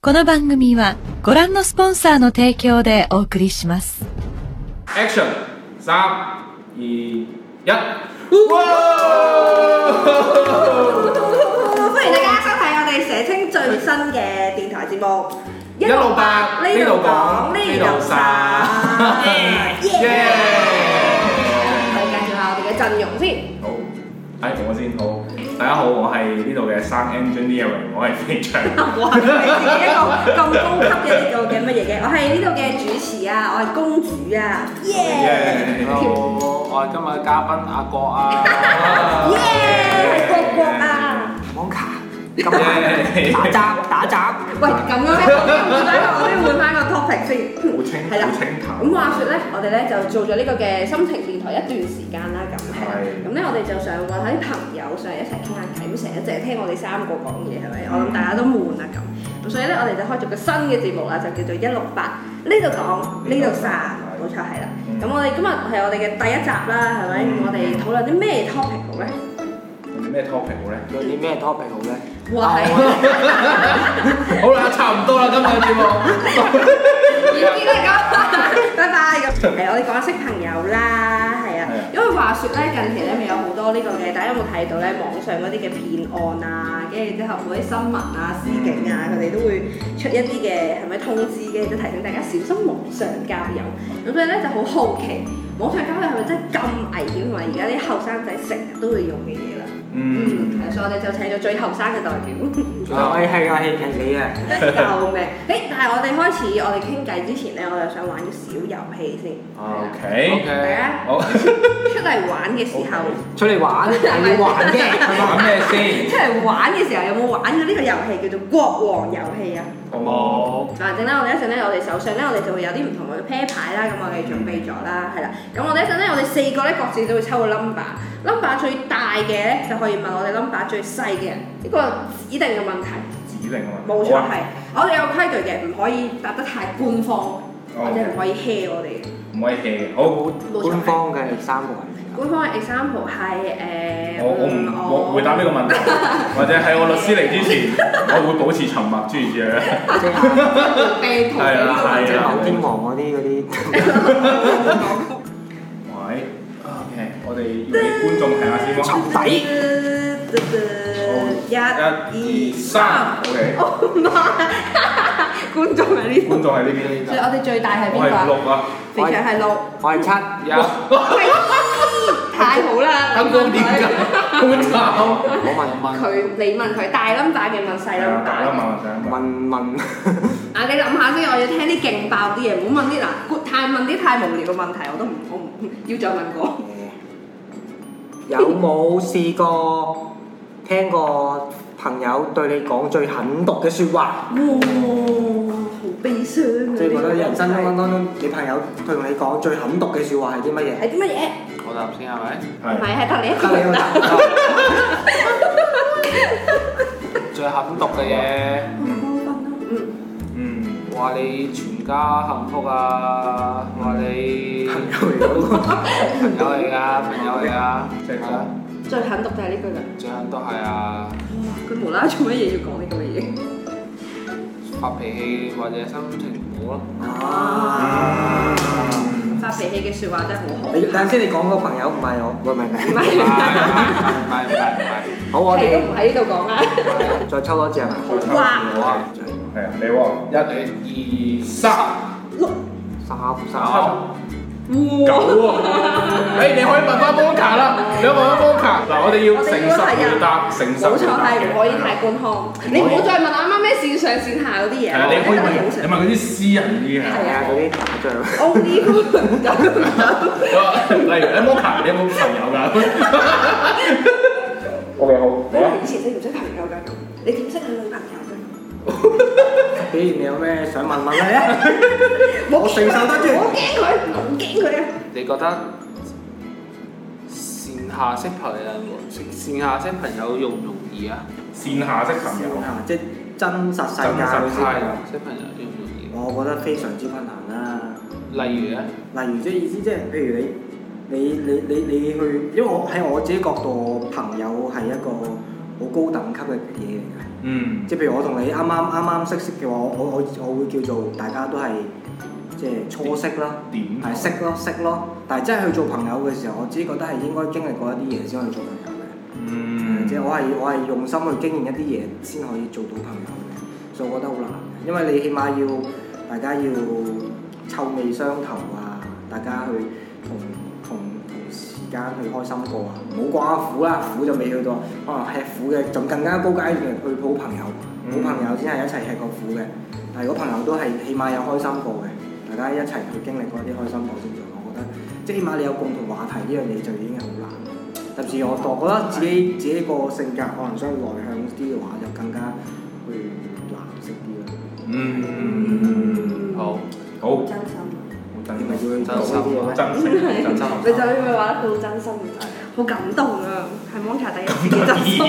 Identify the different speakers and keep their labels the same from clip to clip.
Speaker 1: この番組はご覧のスポンサーの提供でお送りします。
Speaker 2: アクション3、2、やっうわ
Speaker 3: 歡迎大家收睇我哋社青最新嘅電台節目。
Speaker 2: 一路八
Speaker 3: 呢度講，
Speaker 2: 呢
Speaker 3: 呢
Speaker 2: 度
Speaker 3: 度
Speaker 2: 散
Speaker 3: 散。
Speaker 2: ー耶
Speaker 3: 耶！我哋介紹下我哋嘅陣容先。
Speaker 2: 好，係我先好。大家好，我係呢度嘅 sound engineering，我係肥腸。
Speaker 3: 哇！你自己一個咁高級嘅呢度嘅乜嘢嘅？我係呢度嘅主持啊，我係公主啊，耶！
Speaker 4: Hello，我係今日嘅嘉賓阿國啊，
Speaker 3: 耶！係國國啊！
Speaker 4: 網卡，今晚打雜打雜，
Speaker 3: 喂，咁樣咧，我都要換翻個 topic 先。
Speaker 2: 好清，
Speaker 3: 係啦
Speaker 2: 好清淡。
Speaker 3: 咁話說咧，我哋咧就做咗呢個嘅心情電台一段時間啦，咁係啦
Speaker 2: 係
Speaker 3: 咁咧我哋就想揾下啲朋友上嚟一齊傾下偈，咁成日淨係聽我哋三個講嘢係咪？我諗大家都悶啦咁，咁所以咧我哋就開咗個新嘅節目啦，就叫做一六八呢度講呢度散，冇錯係啦。咁我哋今日係我哋嘅第一集啦，係咪？
Speaker 2: 嗯
Speaker 3: 我哋討論啲咩 topic 好咧？
Speaker 2: 有啲咩 topic 好咧？
Speaker 4: 有啲咩 topic 好咧？
Speaker 3: 哇，係
Speaker 2: 好啦，差唔多啦，今日嘅節目。
Speaker 3: 要見啦咁，拜拜咁。係我哋講下識朋友啦，係啊
Speaker 2: 係啊，
Speaker 3: 因為話説咧，近期咧咪有好多呢個嘅，大家有冇睇到咧網上嗰啲嘅騙案啊，跟住之後嗰啲新聞啊、司警啊，佢哋都會出一啲嘅係咪通知嘅，都提醒大家小心網上交友。咁所以咧就好好奇，網上交友係咪真係咁危險，同埋而家啲後生仔成日都會用嘅嘢啦。
Speaker 2: 嗯，
Speaker 3: 嗯，係所以我哋就請咗最後生嘅代表。
Speaker 4: 仲有係係係係你啊！
Speaker 3: 救命！誒，但係我哋開始我哋傾偈之前咧，我就想玩個小遊戲先。
Speaker 2: 哦 OK，
Speaker 3: 大
Speaker 4: OK，
Speaker 3: 家
Speaker 2: 好，
Speaker 3: 出嚟玩嘅時候，
Speaker 4: 出嚟玩係要玩嘅，係嘛？
Speaker 2: 玩啊咩先？
Speaker 3: 出嚟玩嘅時候有冇玩過呢個遊戲叫做國王遊戲啊？
Speaker 2: 我
Speaker 3: 反正咧，我哋一陣咧，我哋手上咧，我哋就會有啲唔同嘅 pair 牌啦，咁我哋準備咗
Speaker 2: 嗯
Speaker 3: 啦，係啦。咁我哋一陣咧，我哋四個咧各自都會抽個 number，number 最大嘅咧就可以問我哋 number 最細嘅人呢個指定嘅問題。
Speaker 2: 指定啊嘛。
Speaker 3: 冇錯
Speaker 2: 好啊
Speaker 3: 係，我哋有規矩嘅，唔可以答得太
Speaker 2: 哦
Speaker 3: 官方，或者唔可以 hea 我哋嘅。
Speaker 2: 唔可以 hea。好。
Speaker 4: 官方嘅三個人
Speaker 3: 官方嘅 example 係誒，
Speaker 2: 我我唔
Speaker 3: 嗯
Speaker 2: 我回答呢個問題，或者喺我律師嚟之前， 我會保持沉默諸如此類。
Speaker 4: 嚟㗎，即係
Speaker 3: 被同
Speaker 2: 係啦係
Speaker 4: 即係
Speaker 2: 啦
Speaker 4: 劉天王嗰啲嗰啲，
Speaker 2: 喂，OK，我哋要俾觀眾睇下 先喎。
Speaker 4: 沉底
Speaker 2: 好
Speaker 3: 一、
Speaker 2: 一、二、三，OK。
Speaker 3: 觀眾喺呢
Speaker 2: 觀
Speaker 3: 度，
Speaker 2: 眾喺呢邊，
Speaker 3: 所以我哋最大係
Speaker 2: 我係
Speaker 3: 邊個啊？
Speaker 2: 六啊。
Speaker 3: 肥腸係六，
Speaker 4: 我係七，
Speaker 3: 喂太好啦！
Speaker 2: 咁講點解？好慘。
Speaker 4: 我問問
Speaker 3: 佢你問佢大 number 嘅問細
Speaker 2: 係啊，大
Speaker 3: number
Speaker 2: 家
Speaker 3: 嘅。
Speaker 2: 問問問。
Speaker 4: 問問，
Speaker 3: 啊，你諗下先，我要聽啲勁爆啲嘢，唔好問啲嗱，good 太問啲太無聊嘅問題，我都唔我唔要再問過。
Speaker 4: 有冇試過聽過朋友對你講最狠毒嘅説話？
Speaker 3: 哇，好悲傷啊！
Speaker 4: 即係覺得人生
Speaker 3: 呢個問題
Speaker 4: 當當中，你朋友佢同你講最狠毒嘅説話係啲乜嘢？
Speaker 3: 係啲乜嘢？
Speaker 5: 我答先係咪？
Speaker 3: 唔
Speaker 2: 係。
Speaker 3: 係，係得你一
Speaker 4: 得你
Speaker 3: 個
Speaker 4: 個。答
Speaker 5: 最狠毒嘅嘢，
Speaker 3: 嗯，
Speaker 2: 嗯。
Speaker 5: 話你全家幸福啊，話你
Speaker 4: 朋友嚟嗰
Speaker 5: 朋友嚟㗎，朋友嚟㗎，
Speaker 2: 即係
Speaker 5: 係啊，
Speaker 3: 最狠毒就係呢句啦。
Speaker 5: 最狠毒係啊，
Speaker 3: 佢無啦啦做乜嘢要講呢咁嘅嘢？
Speaker 5: 發脾氣或者心情唔好咯。
Speaker 4: 個。
Speaker 3: 啊
Speaker 4: 啊！
Speaker 3: 發脾氣嘅説話真係好好。
Speaker 4: 你等陣先，你講個朋友唔係我，喂唔係
Speaker 3: 唔
Speaker 4: 唔係。
Speaker 5: 唔係唔
Speaker 3: 係，
Speaker 5: 係唔係唔係，
Speaker 4: 好，我
Speaker 3: 係都
Speaker 4: 哋
Speaker 3: 唔喺呢度講啦。
Speaker 4: 再抽多隻啊！
Speaker 3: 哇！
Speaker 2: 哇！係啊，你喎，一、二、三、
Speaker 3: 六
Speaker 4: 三三
Speaker 2: 三。九
Speaker 3: 哇！
Speaker 2: 喎，誒你可以問翻 Monica 啦，你可以問翻 Monica。嗱，我哋要誠實回答，誠實
Speaker 3: 冇
Speaker 2: 回
Speaker 3: 錯，
Speaker 2: 答
Speaker 3: 係
Speaker 2: 嘅
Speaker 3: 唔可以太官腔。你唔好再問阿媽咩線上線下嗰啲嘢
Speaker 2: 係啊，
Speaker 3: 啦。
Speaker 2: 你可以問，
Speaker 3: 好
Speaker 2: 你問嗰啲私人啲嘅。
Speaker 4: 係啊，嗰啲最
Speaker 3: Only
Speaker 2: 例如 Monica，你有冇朋友㗎？OK，好，嚟啊
Speaker 3: 以前識唔識朋友㗎？你點識佢女朋友
Speaker 4: 既然你有咩想問問你啊？
Speaker 3: 㗎？冇
Speaker 4: 我承受得住
Speaker 3: 我驚佢，我驚佢啊！
Speaker 5: 你覺得線下識朋友，線下識朋友容唔容易啊？
Speaker 2: 線下識朋友，
Speaker 4: 啊，即係真實世界
Speaker 2: 真實
Speaker 4: 嗰
Speaker 2: 態
Speaker 4: 啲。
Speaker 5: 識朋友容唔容易？
Speaker 4: 我覺得非常之困難啦。
Speaker 5: 例如咧，
Speaker 4: 例如即係意思即係，譬如你你你你你去，因為我喺我自己角度，朋友係一個好高等級嘅嘢嚟嘅。
Speaker 5: 嗯，
Speaker 4: 即係譬如我同你啱啱啱啱識識嘅話，我我我我會叫做大家都係即係初識啦，
Speaker 2: 點
Speaker 4: 係識咯識咯。但係真係去做朋友嘅時候，我自己覺得係應該經歷過一啲嘢先可以做朋友嘅。
Speaker 5: 嗯，
Speaker 4: 即係我係我係用心去經營一啲嘢先可以做到朋友嘅，所以我覺得好難嘅，因為你起碼要大家要臭味相投啊，大家去同同同時間去開心過啊，唔好講苦啦，苦就未去到，可能吃苦嘅就更加高階嘅去好朋友，好
Speaker 5: 嗯
Speaker 4: 朋友先係一齊吃過苦嘅，但係如果朋友都係起碼有開心過嘅，大家一齊去經歷過啲開心過先做，我覺得即係起碼你有共同話題呢樣嘢就已經係好難。特別我我覺得自己
Speaker 5: 嗯
Speaker 4: 自己個性格可能相對內向啲嘅話，就更加會難識啲啦。
Speaker 5: 嗯，好，
Speaker 2: 好，
Speaker 3: 真心。
Speaker 4: 你咪要去
Speaker 5: 真心
Speaker 4: 做呢啲嘢咩
Speaker 2: 真心真心。
Speaker 3: 你就因為話佢好真心，好感動啊！係 Monica 第一次嘅真 心，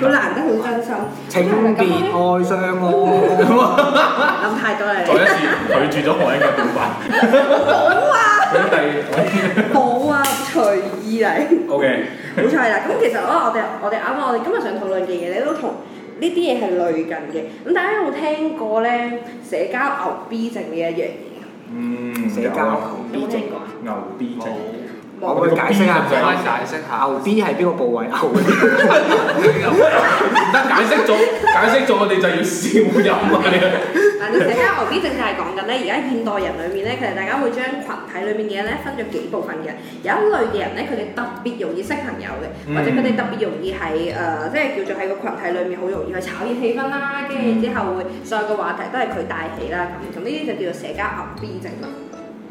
Speaker 3: 好難得好真心。
Speaker 4: 請別愛上我。
Speaker 3: 啊諗太多啦
Speaker 2: 再
Speaker 3: 你。
Speaker 2: 一次拒絕咗我嘅表白。
Speaker 3: 冇啊，
Speaker 2: 佢第
Speaker 3: 冇啊，隨意嚟。
Speaker 2: O K，
Speaker 3: 冇錯啦，咁其實咧，我哋我哋啱啱我哋今日想討論嘅嘢咧，都同呢啲嘢係類近嘅。咁大家有冇聽過咧社交牛 B 症呢一樣嘢？
Speaker 2: 嗯，
Speaker 4: 社交牛
Speaker 3: 有
Speaker 4: B
Speaker 3: 冇
Speaker 4: 症
Speaker 3: 聽過啊？
Speaker 2: 牛 B 症，
Speaker 4: 我可唔可以解釋下
Speaker 5: 可以解釋下
Speaker 4: 牛 B 係邊個部位？牛嘅
Speaker 2: 唔得解釋咗，解釋咗我哋就要笑飲啊！你
Speaker 3: 嗱，社交牛 B 症就係講緊咧，而家現代人裏面咧，其實大家會將群體裏面嘅嘢咧分咗幾部分嘅。有一類嘅人咧，佢哋特別容易識朋友嘅，或者佢哋特別容易係誒、呃即係叫做喺個群體裏面好容易去炒熱氣氛啦，跟住之後會所有嘅話題都係佢帶起啦。咁咁呢啲就叫做社交牛 B 症啦。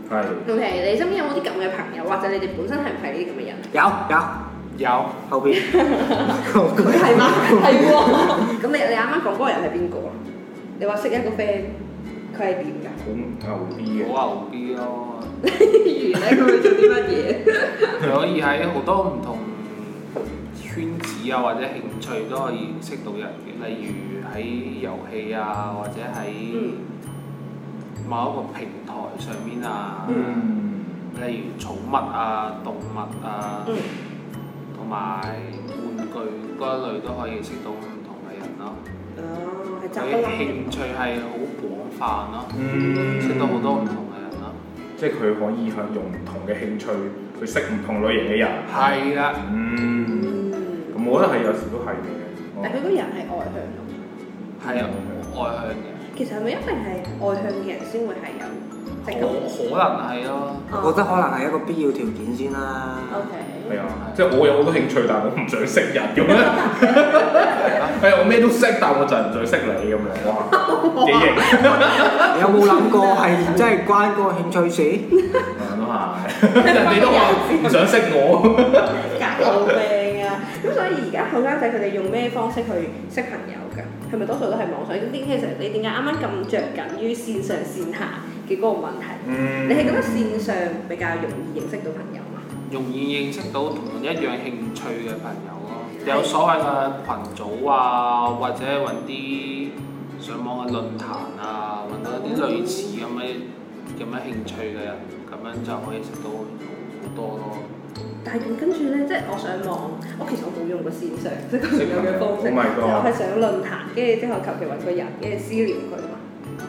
Speaker 2: 係
Speaker 3: OK，你身邊有冇啲咁嘅朋友，或者你哋本身係唔係呢啲咁嘅人？
Speaker 4: 有有
Speaker 5: 有
Speaker 4: 後邊。
Speaker 3: 佢係嘛？係喎。 咁你你啱啱講嗰個人係邊個啊？你話識一個 friend，佢係點 㗎？
Speaker 2: 好牛 B 嘅，
Speaker 5: 好啊牛 B 咯，
Speaker 3: 例如咧，佢會做啲乜嘢？
Speaker 5: 佢可以喺好多唔同圈子啊或者興趣都可以識到人嘅，例如喺遊戲啊或者喺
Speaker 3: 嗯
Speaker 5: 某一個平台上面啊，
Speaker 2: 嗯，
Speaker 5: 例如寵物啊、動物啊。
Speaker 3: 嗯。
Speaker 5: 同埋玩具嗰一類都可以識到唔同嘅人咯。
Speaker 3: 哦，係
Speaker 5: 佢
Speaker 3: 雜不楞嘅。
Speaker 5: 興趣係好廣泛咯，
Speaker 2: 嗯
Speaker 5: 識到好多唔同嘅人咯。
Speaker 2: 即係佢可以向用唔同嘅興趣去識唔同類型嘅人。
Speaker 5: 係啦，
Speaker 2: 嗯，
Speaker 3: 嗯。
Speaker 2: 咁我覺得係有時都係嘅。
Speaker 3: 但佢個人係外向咯。
Speaker 5: 係啊，外向嘅，
Speaker 3: 其實係咪一定係外向嘅人先會係有即係咁？
Speaker 5: 可可能係咯。
Speaker 4: 我覺得可能係一個必要條件先啦。
Speaker 3: O
Speaker 2: 係
Speaker 3: K。
Speaker 2: 啊，即係我有好多興趣，但係我唔想識人咁樣。 係我咩都識，但我就係唔想識你咁樣。哇，幾 型
Speaker 4: 你有冇諗過係真係關嗰個興趣事？
Speaker 2: 咁係，人啊哋都話唔想識我。
Speaker 3: 救命啊！咁所以而家後生仔佢哋用咩方式去識朋友㗎？係咪多數都係網上？咁點其實你點解啱啱咁着緊於線上線下嘅嗰個問題？
Speaker 2: 嗯
Speaker 3: 你係覺得線上比較容易認識到朋友嘛？
Speaker 5: 容易認識到同一樣興趣嘅朋友咯，有所謂嘅群組啊，或者揾啲上網嘅論壇啊，揾到一啲類似咁嘅咁嘅興趣嘅人，咁樣就可以識到好多咯。
Speaker 3: 但係咁跟住咧，即係我上網，我其實我冇用過線上即係咁樣嘅方式，
Speaker 2: Oh my
Speaker 3: 即
Speaker 2: god
Speaker 3: 係我係上論壇，跟住之後求其揾個人，跟住私聊佢嘛。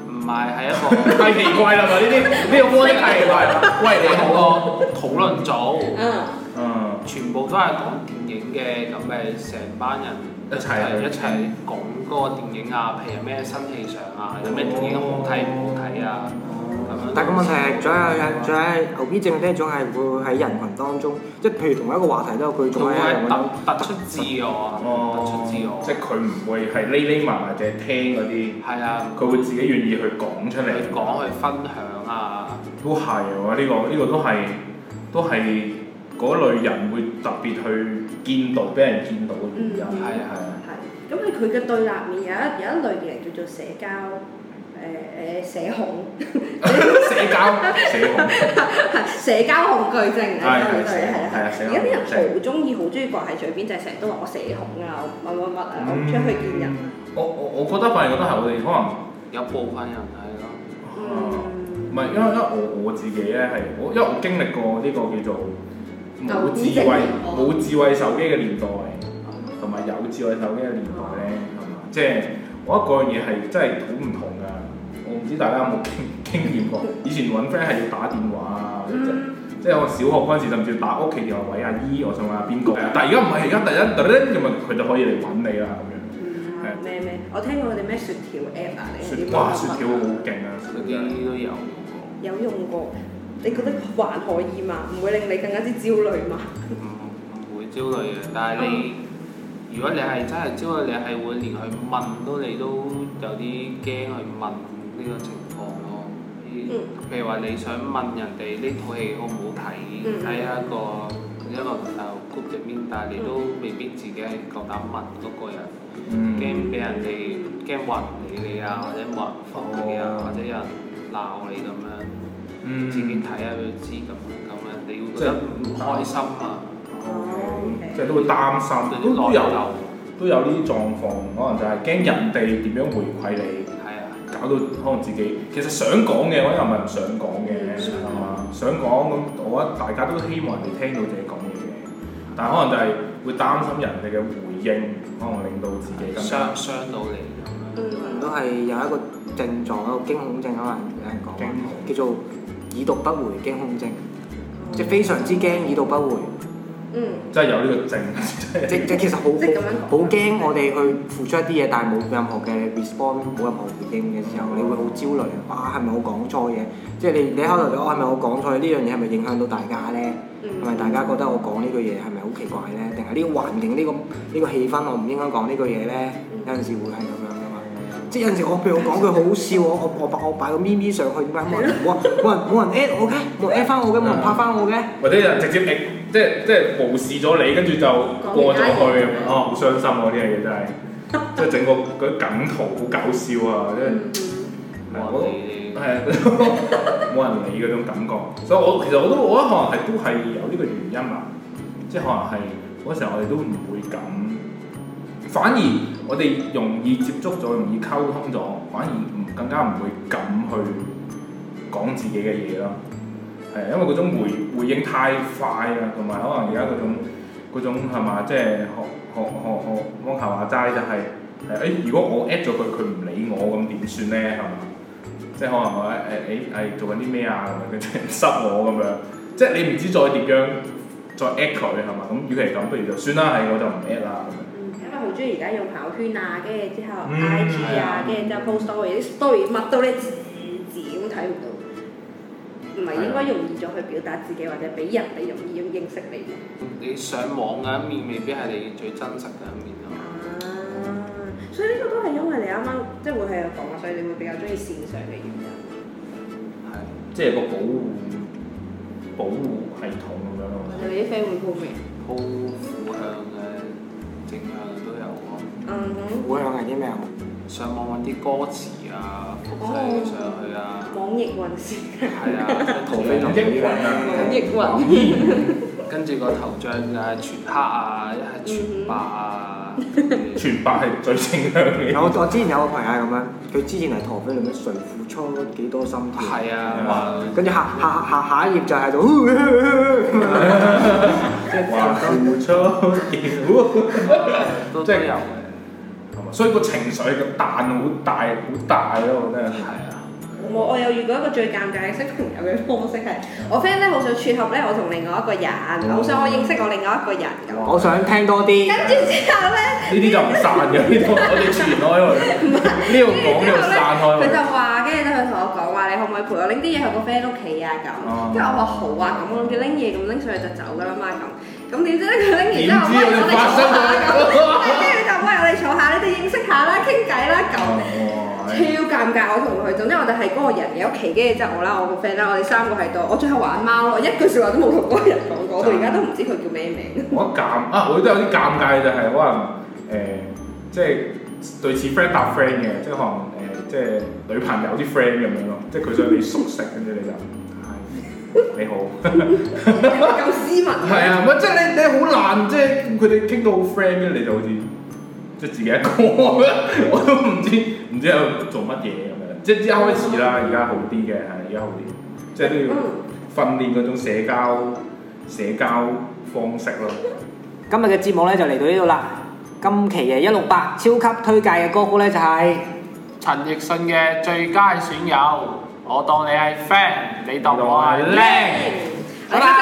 Speaker 5: 唔係係一個。
Speaker 2: 太奇怪啦嘛！呢啲呢個方式太奇怪啦。
Speaker 5: 喂，你好個討論組，
Speaker 3: 嗯，
Speaker 2: 嗯，
Speaker 5: 全部都係講電影嘅，咁咪成班人
Speaker 2: 一齊去啊
Speaker 5: 一齊講嗰個電影啊，譬如咩新戲上啊，有咩電影好睇唔好睇啊，咁樣。
Speaker 4: 但係個問題係，仲有仲有牛 B 症呢一種係會喺人群當中，即係譬如同一個話題都有哦佢
Speaker 5: 仲
Speaker 4: 仲喺人
Speaker 5: 會
Speaker 4: 群當中
Speaker 5: 突突出自我，啊突出自我，
Speaker 2: 哦即係佢唔會係匿匿埋埋淨係聽嗰啲，
Speaker 5: 係啊，
Speaker 2: 佢會自己願意去講出嚟。
Speaker 5: 去講去分享啊，
Speaker 2: 都係喎，呢、個呢、個都係都係嗰類人會特別去見到俾人見到嘅原因，
Speaker 3: 嗯
Speaker 5: 係啊
Speaker 2: 係
Speaker 5: 係啊，
Speaker 3: 係。咁喺佢嘅對立面有一有一類嘅人叫做社交誒誒社恐，
Speaker 2: 社交社恐，
Speaker 3: 社交恐懼症
Speaker 2: 係
Speaker 3: 啊，
Speaker 2: 係
Speaker 3: 對
Speaker 2: 社恐係
Speaker 3: 係係
Speaker 2: 啊社。
Speaker 3: 而
Speaker 2: 恐
Speaker 3: 家啲人好中意好中意掛喺嘴邊，就係成日都話我社恐啊，我乜乜乜啊，
Speaker 2: 嗯
Speaker 3: 我唔 出去見人。
Speaker 2: 我我我覺得反而覺得係我哋可能。
Speaker 5: 有部分人係咯，
Speaker 2: 唔係，因為因為我我自己咧係我，因為我經歷過呢個叫做冇智慧
Speaker 3: 牛
Speaker 2: 冇智慧手機嘅年代，同埋有智慧手機嘅年代咧，係嘛？即係我覺得嗰樣嘢係真係好唔同㗎。我唔知大家有冇經 經驗過？以前揾 friend 係要打電話啊，或者
Speaker 3: 嗯
Speaker 2: 即係我小學嗰陣時，甚至打屋企電話喂阿姨，我想揾下邊個。但係而家唔係，而家第一突然咁啊，佢就可以嚟揾你啦咁樣。
Speaker 3: 嗯咩咩？我聽過佢哋咩雪條 app 啊，你係
Speaker 2: 雪
Speaker 3: 點
Speaker 2: 哇！
Speaker 3: 樣
Speaker 2: 雪條好勁啊！
Speaker 5: 嗰啲都有用
Speaker 3: 有用過？你覺得還可以嘛？唔會令你更加之焦慮嘛？
Speaker 5: 過，唔唔會焦慮嘅。但係
Speaker 3: 嗯
Speaker 5: 你如果你係真係焦慮，你係會連去問都你都有啲驚去問呢個情況咯。
Speaker 3: 嗯
Speaker 5: 譬如話你想問人哋呢套戲好唔好睇，
Speaker 3: 嗯
Speaker 5: 睇下一個一個就 group 入面，但係你都
Speaker 3: 嗯
Speaker 5: 未必自己係夠膽問嗰個人。
Speaker 2: 嗯
Speaker 5: 驚俾人哋驚話唔理你啊，或者冇人覆你啊，
Speaker 2: 哦
Speaker 5: 或者有人鬧你咁樣，
Speaker 2: 嗯
Speaker 5: 自己睇下佢知咁樣咁樣，你會覺得唔開心啊，
Speaker 2: OK，即係都會擔心，
Speaker 5: 對
Speaker 2: 都
Speaker 5: 啲
Speaker 2: 都
Speaker 5: 內
Speaker 2: 有
Speaker 5: 疚，
Speaker 2: 都有呢啲狀況，可能就係驚人哋點樣回饋你。
Speaker 5: 係啊，
Speaker 2: 搞到可能自己其實想講嘅，我又唔係唔想講嘅，係嘛？想講咁，我覺得大家都希望人哋聽到自己講嘢嘅，但係可能就係會擔心人哋嘅回應，可能令到自己更加
Speaker 5: 傷傷到你咁樣，
Speaker 3: 嗯
Speaker 4: 都係有一個症狀，一個驚恐症啊，有人講
Speaker 2: 驚恐
Speaker 4: 叫做已讀不回驚恐症，即係非常之驚已讀不回，
Speaker 3: 嗯，
Speaker 2: 真係有呢個症，
Speaker 4: 即即其實好好
Speaker 3: 即係咁樣
Speaker 4: 好驚我哋去付出一啲嘢，但係冇任何嘅 response，冇任何回應嘅時候，你會好焦慮啊！哇，係咪我講錯嘢？即係你你喺度諗，哦係咪我講錯嘢？呢樣嘢係咪影響到大家咧？係咪
Speaker 3: 嗯，
Speaker 4: 大家覺得我講呢句嘢係咪好奇怪咧？定係呢個環境呢、個呢、個氣氛我唔應該講呢句嘢咧？有陣時會係咁樣噶嘛。即係有陣時我譬如我講句好笑，我我我擺我擺個咪咪上去，點解冇人冇人冇人冇人 at 我嘅，冇人 at 翻我嘅，冇人拍翻我嘅？
Speaker 2: 或者就直接逆即係即係無視咗你，跟住就過咗去咁樣，啊好傷心啊！呢樣嘢真係，即係整個嗰啲梗圖好搞笑啊！即係。
Speaker 3: 嗯
Speaker 5: 話你
Speaker 2: 係啊，冇人理嗰種感覺，所以我其實我都我覺得可能係都係有呢個原因啊，即係可能係嗰時候我哋都唔會咁，反而我哋容易接觸咗，容易溝通咗，反而唔更加唔會咁去講自己嘅嘢咯。係啊因為嗰種回回應太快啦，同埋可能而家嗰種嗰種係嘛，即係學學學學網球話齋就係、係誒，如果我 at 咗佢，佢唔理我咁點算咧？係嘛？即係可能我誒誒誒做緊啲咩啊咁樣，佢就 塞我咁樣，即係你唔知再點樣再 at 佢係嘛？咁與其咁，不如就算啦，係我就唔 at 啦咁樣。
Speaker 3: 嗯因為好中意而家用朋友圈啊，跟住之後
Speaker 2: 嗯
Speaker 3: IG
Speaker 5: 係
Speaker 3: 啊
Speaker 5: 啊，
Speaker 3: 跟住之後 post story 啲 story 密到你字字都睇唔到，唔係應該容易咗去表達自己，或者俾人哋容易咁認識你嘛
Speaker 5: 你上網嘅一面未必係你最真實嘅一面啊嘛，
Speaker 3: 啊，所以呢個都係因為你啱啱即係會係有講啊，所以你會比較中意線上嘅原因。
Speaker 5: 係
Speaker 2: 即係個保護保護系統咁樣咯。
Speaker 3: 或者你啲 friend 會 po 咩？
Speaker 5: 好負向嘅正向嘅都有咯。
Speaker 3: 嗯哼，
Speaker 4: 會向係啲咩啊？
Speaker 5: 上網揾啲歌詞啊，複製佢上去啊，
Speaker 3: 網易雲
Speaker 2: 嗯
Speaker 3: 線，
Speaker 5: 係啊，
Speaker 4: 逃避同
Speaker 2: 英文啊
Speaker 3: 網易雲。
Speaker 5: 跟住個頭像就係全黑啊，
Speaker 2: 嗯
Speaker 5: 一係全白啊，
Speaker 2: 全白係最正向嘅。
Speaker 4: 有我我之前有個朋友係咁樣，佢之前係陀飛輪咩誰付出幾多心跳？
Speaker 5: 係啊，
Speaker 4: 跟住下下下下一頁就喺度，咁樣
Speaker 2: 哇！付出屌，
Speaker 5: 話都
Speaker 2: 即
Speaker 5: 都
Speaker 2: 係
Speaker 5: 有嘅，
Speaker 2: 所以個情緒嘅彈好大，好大咯，我覺得係。
Speaker 5: 係啊，
Speaker 3: 我我有遇過一個最尷尬嘅識朋友嘅方式係，我 friend 咧好想撮合咧我同另外一個人，
Speaker 2: 嗯
Speaker 3: 好想我認識我另外一個人咁。
Speaker 4: 我想聽多 啲。
Speaker 3: 跟住之後咧，
Speaker 2: 呢啲就唔散嘅，呢度我哋傳開佢，呢度講呢度散開
Speaker 3: 佢
Speaker 2: 佢。
Speaker 3: 就話，跟住咧佢同我講話，你可唔可以陪我拎啲嘢去個 friend 屋企啊咁
Speaker 2: 哦？
Speaker 3: 跟住我話好啊，咁我諗住拎嘢咁拎上去就走噶啦嘛咁。咁點知咧佢
Speaker 2: 點
Speaker 3: 拎
Speaker 2: 知
Speaker 3: 完
Speaker 2: 我哋
Speaker 3: 之後，喂我哋
Speaker 2: 發生
Speaker 3: 坐下咁，
Speaker 2: 咗？
Speaker 3: 跟住就喂我哋坐下，你哋認識下啦，傾偈啦咁。超
Speaker 2: 哦
Speaker 3: 尷尬，我同佢，總之我哋係嗰個人嘅屋企，跟住之後我啦，我個 friend 啦，我哋三個喺度，我最後玩貓咯，我一句説話都冇同嗰個人講過，我到而家都唔知佢叫咩名。
Speaker 2: 我尷啊，我都有啲尷尬嘅就係可能誒，即係類似 friend 搭 friend 嘅，即係可能呃誒，即係女朋友啲 friend 咁樣咯，即係佢想你熟識，跟住你就係你好。
Speaker 3: 咁斯文。
Speaker 2: 係 啊，唔係即係你你好難，即係佢哋傾到好 friend 嘅，你就好似即係自己一個咁樣，我都唔知唔知喺度做乜嘢咁樣。即係一開始啦，而家好啲嘅，係而家好啲，即係都要訓練嗰種社交社交方式咯。
Speaker 4: 今日嘅節目咧就嚟到呢度啦，今期嘅一六八超級推介嘅歌曲呢，就係、
Speaker 5: 陳奕迅嘅最佳損友，我當你係 friend，你當我係
Speaker 2: 你當我係
Speaker 5: 靚。
Speaker 3: 拜拜。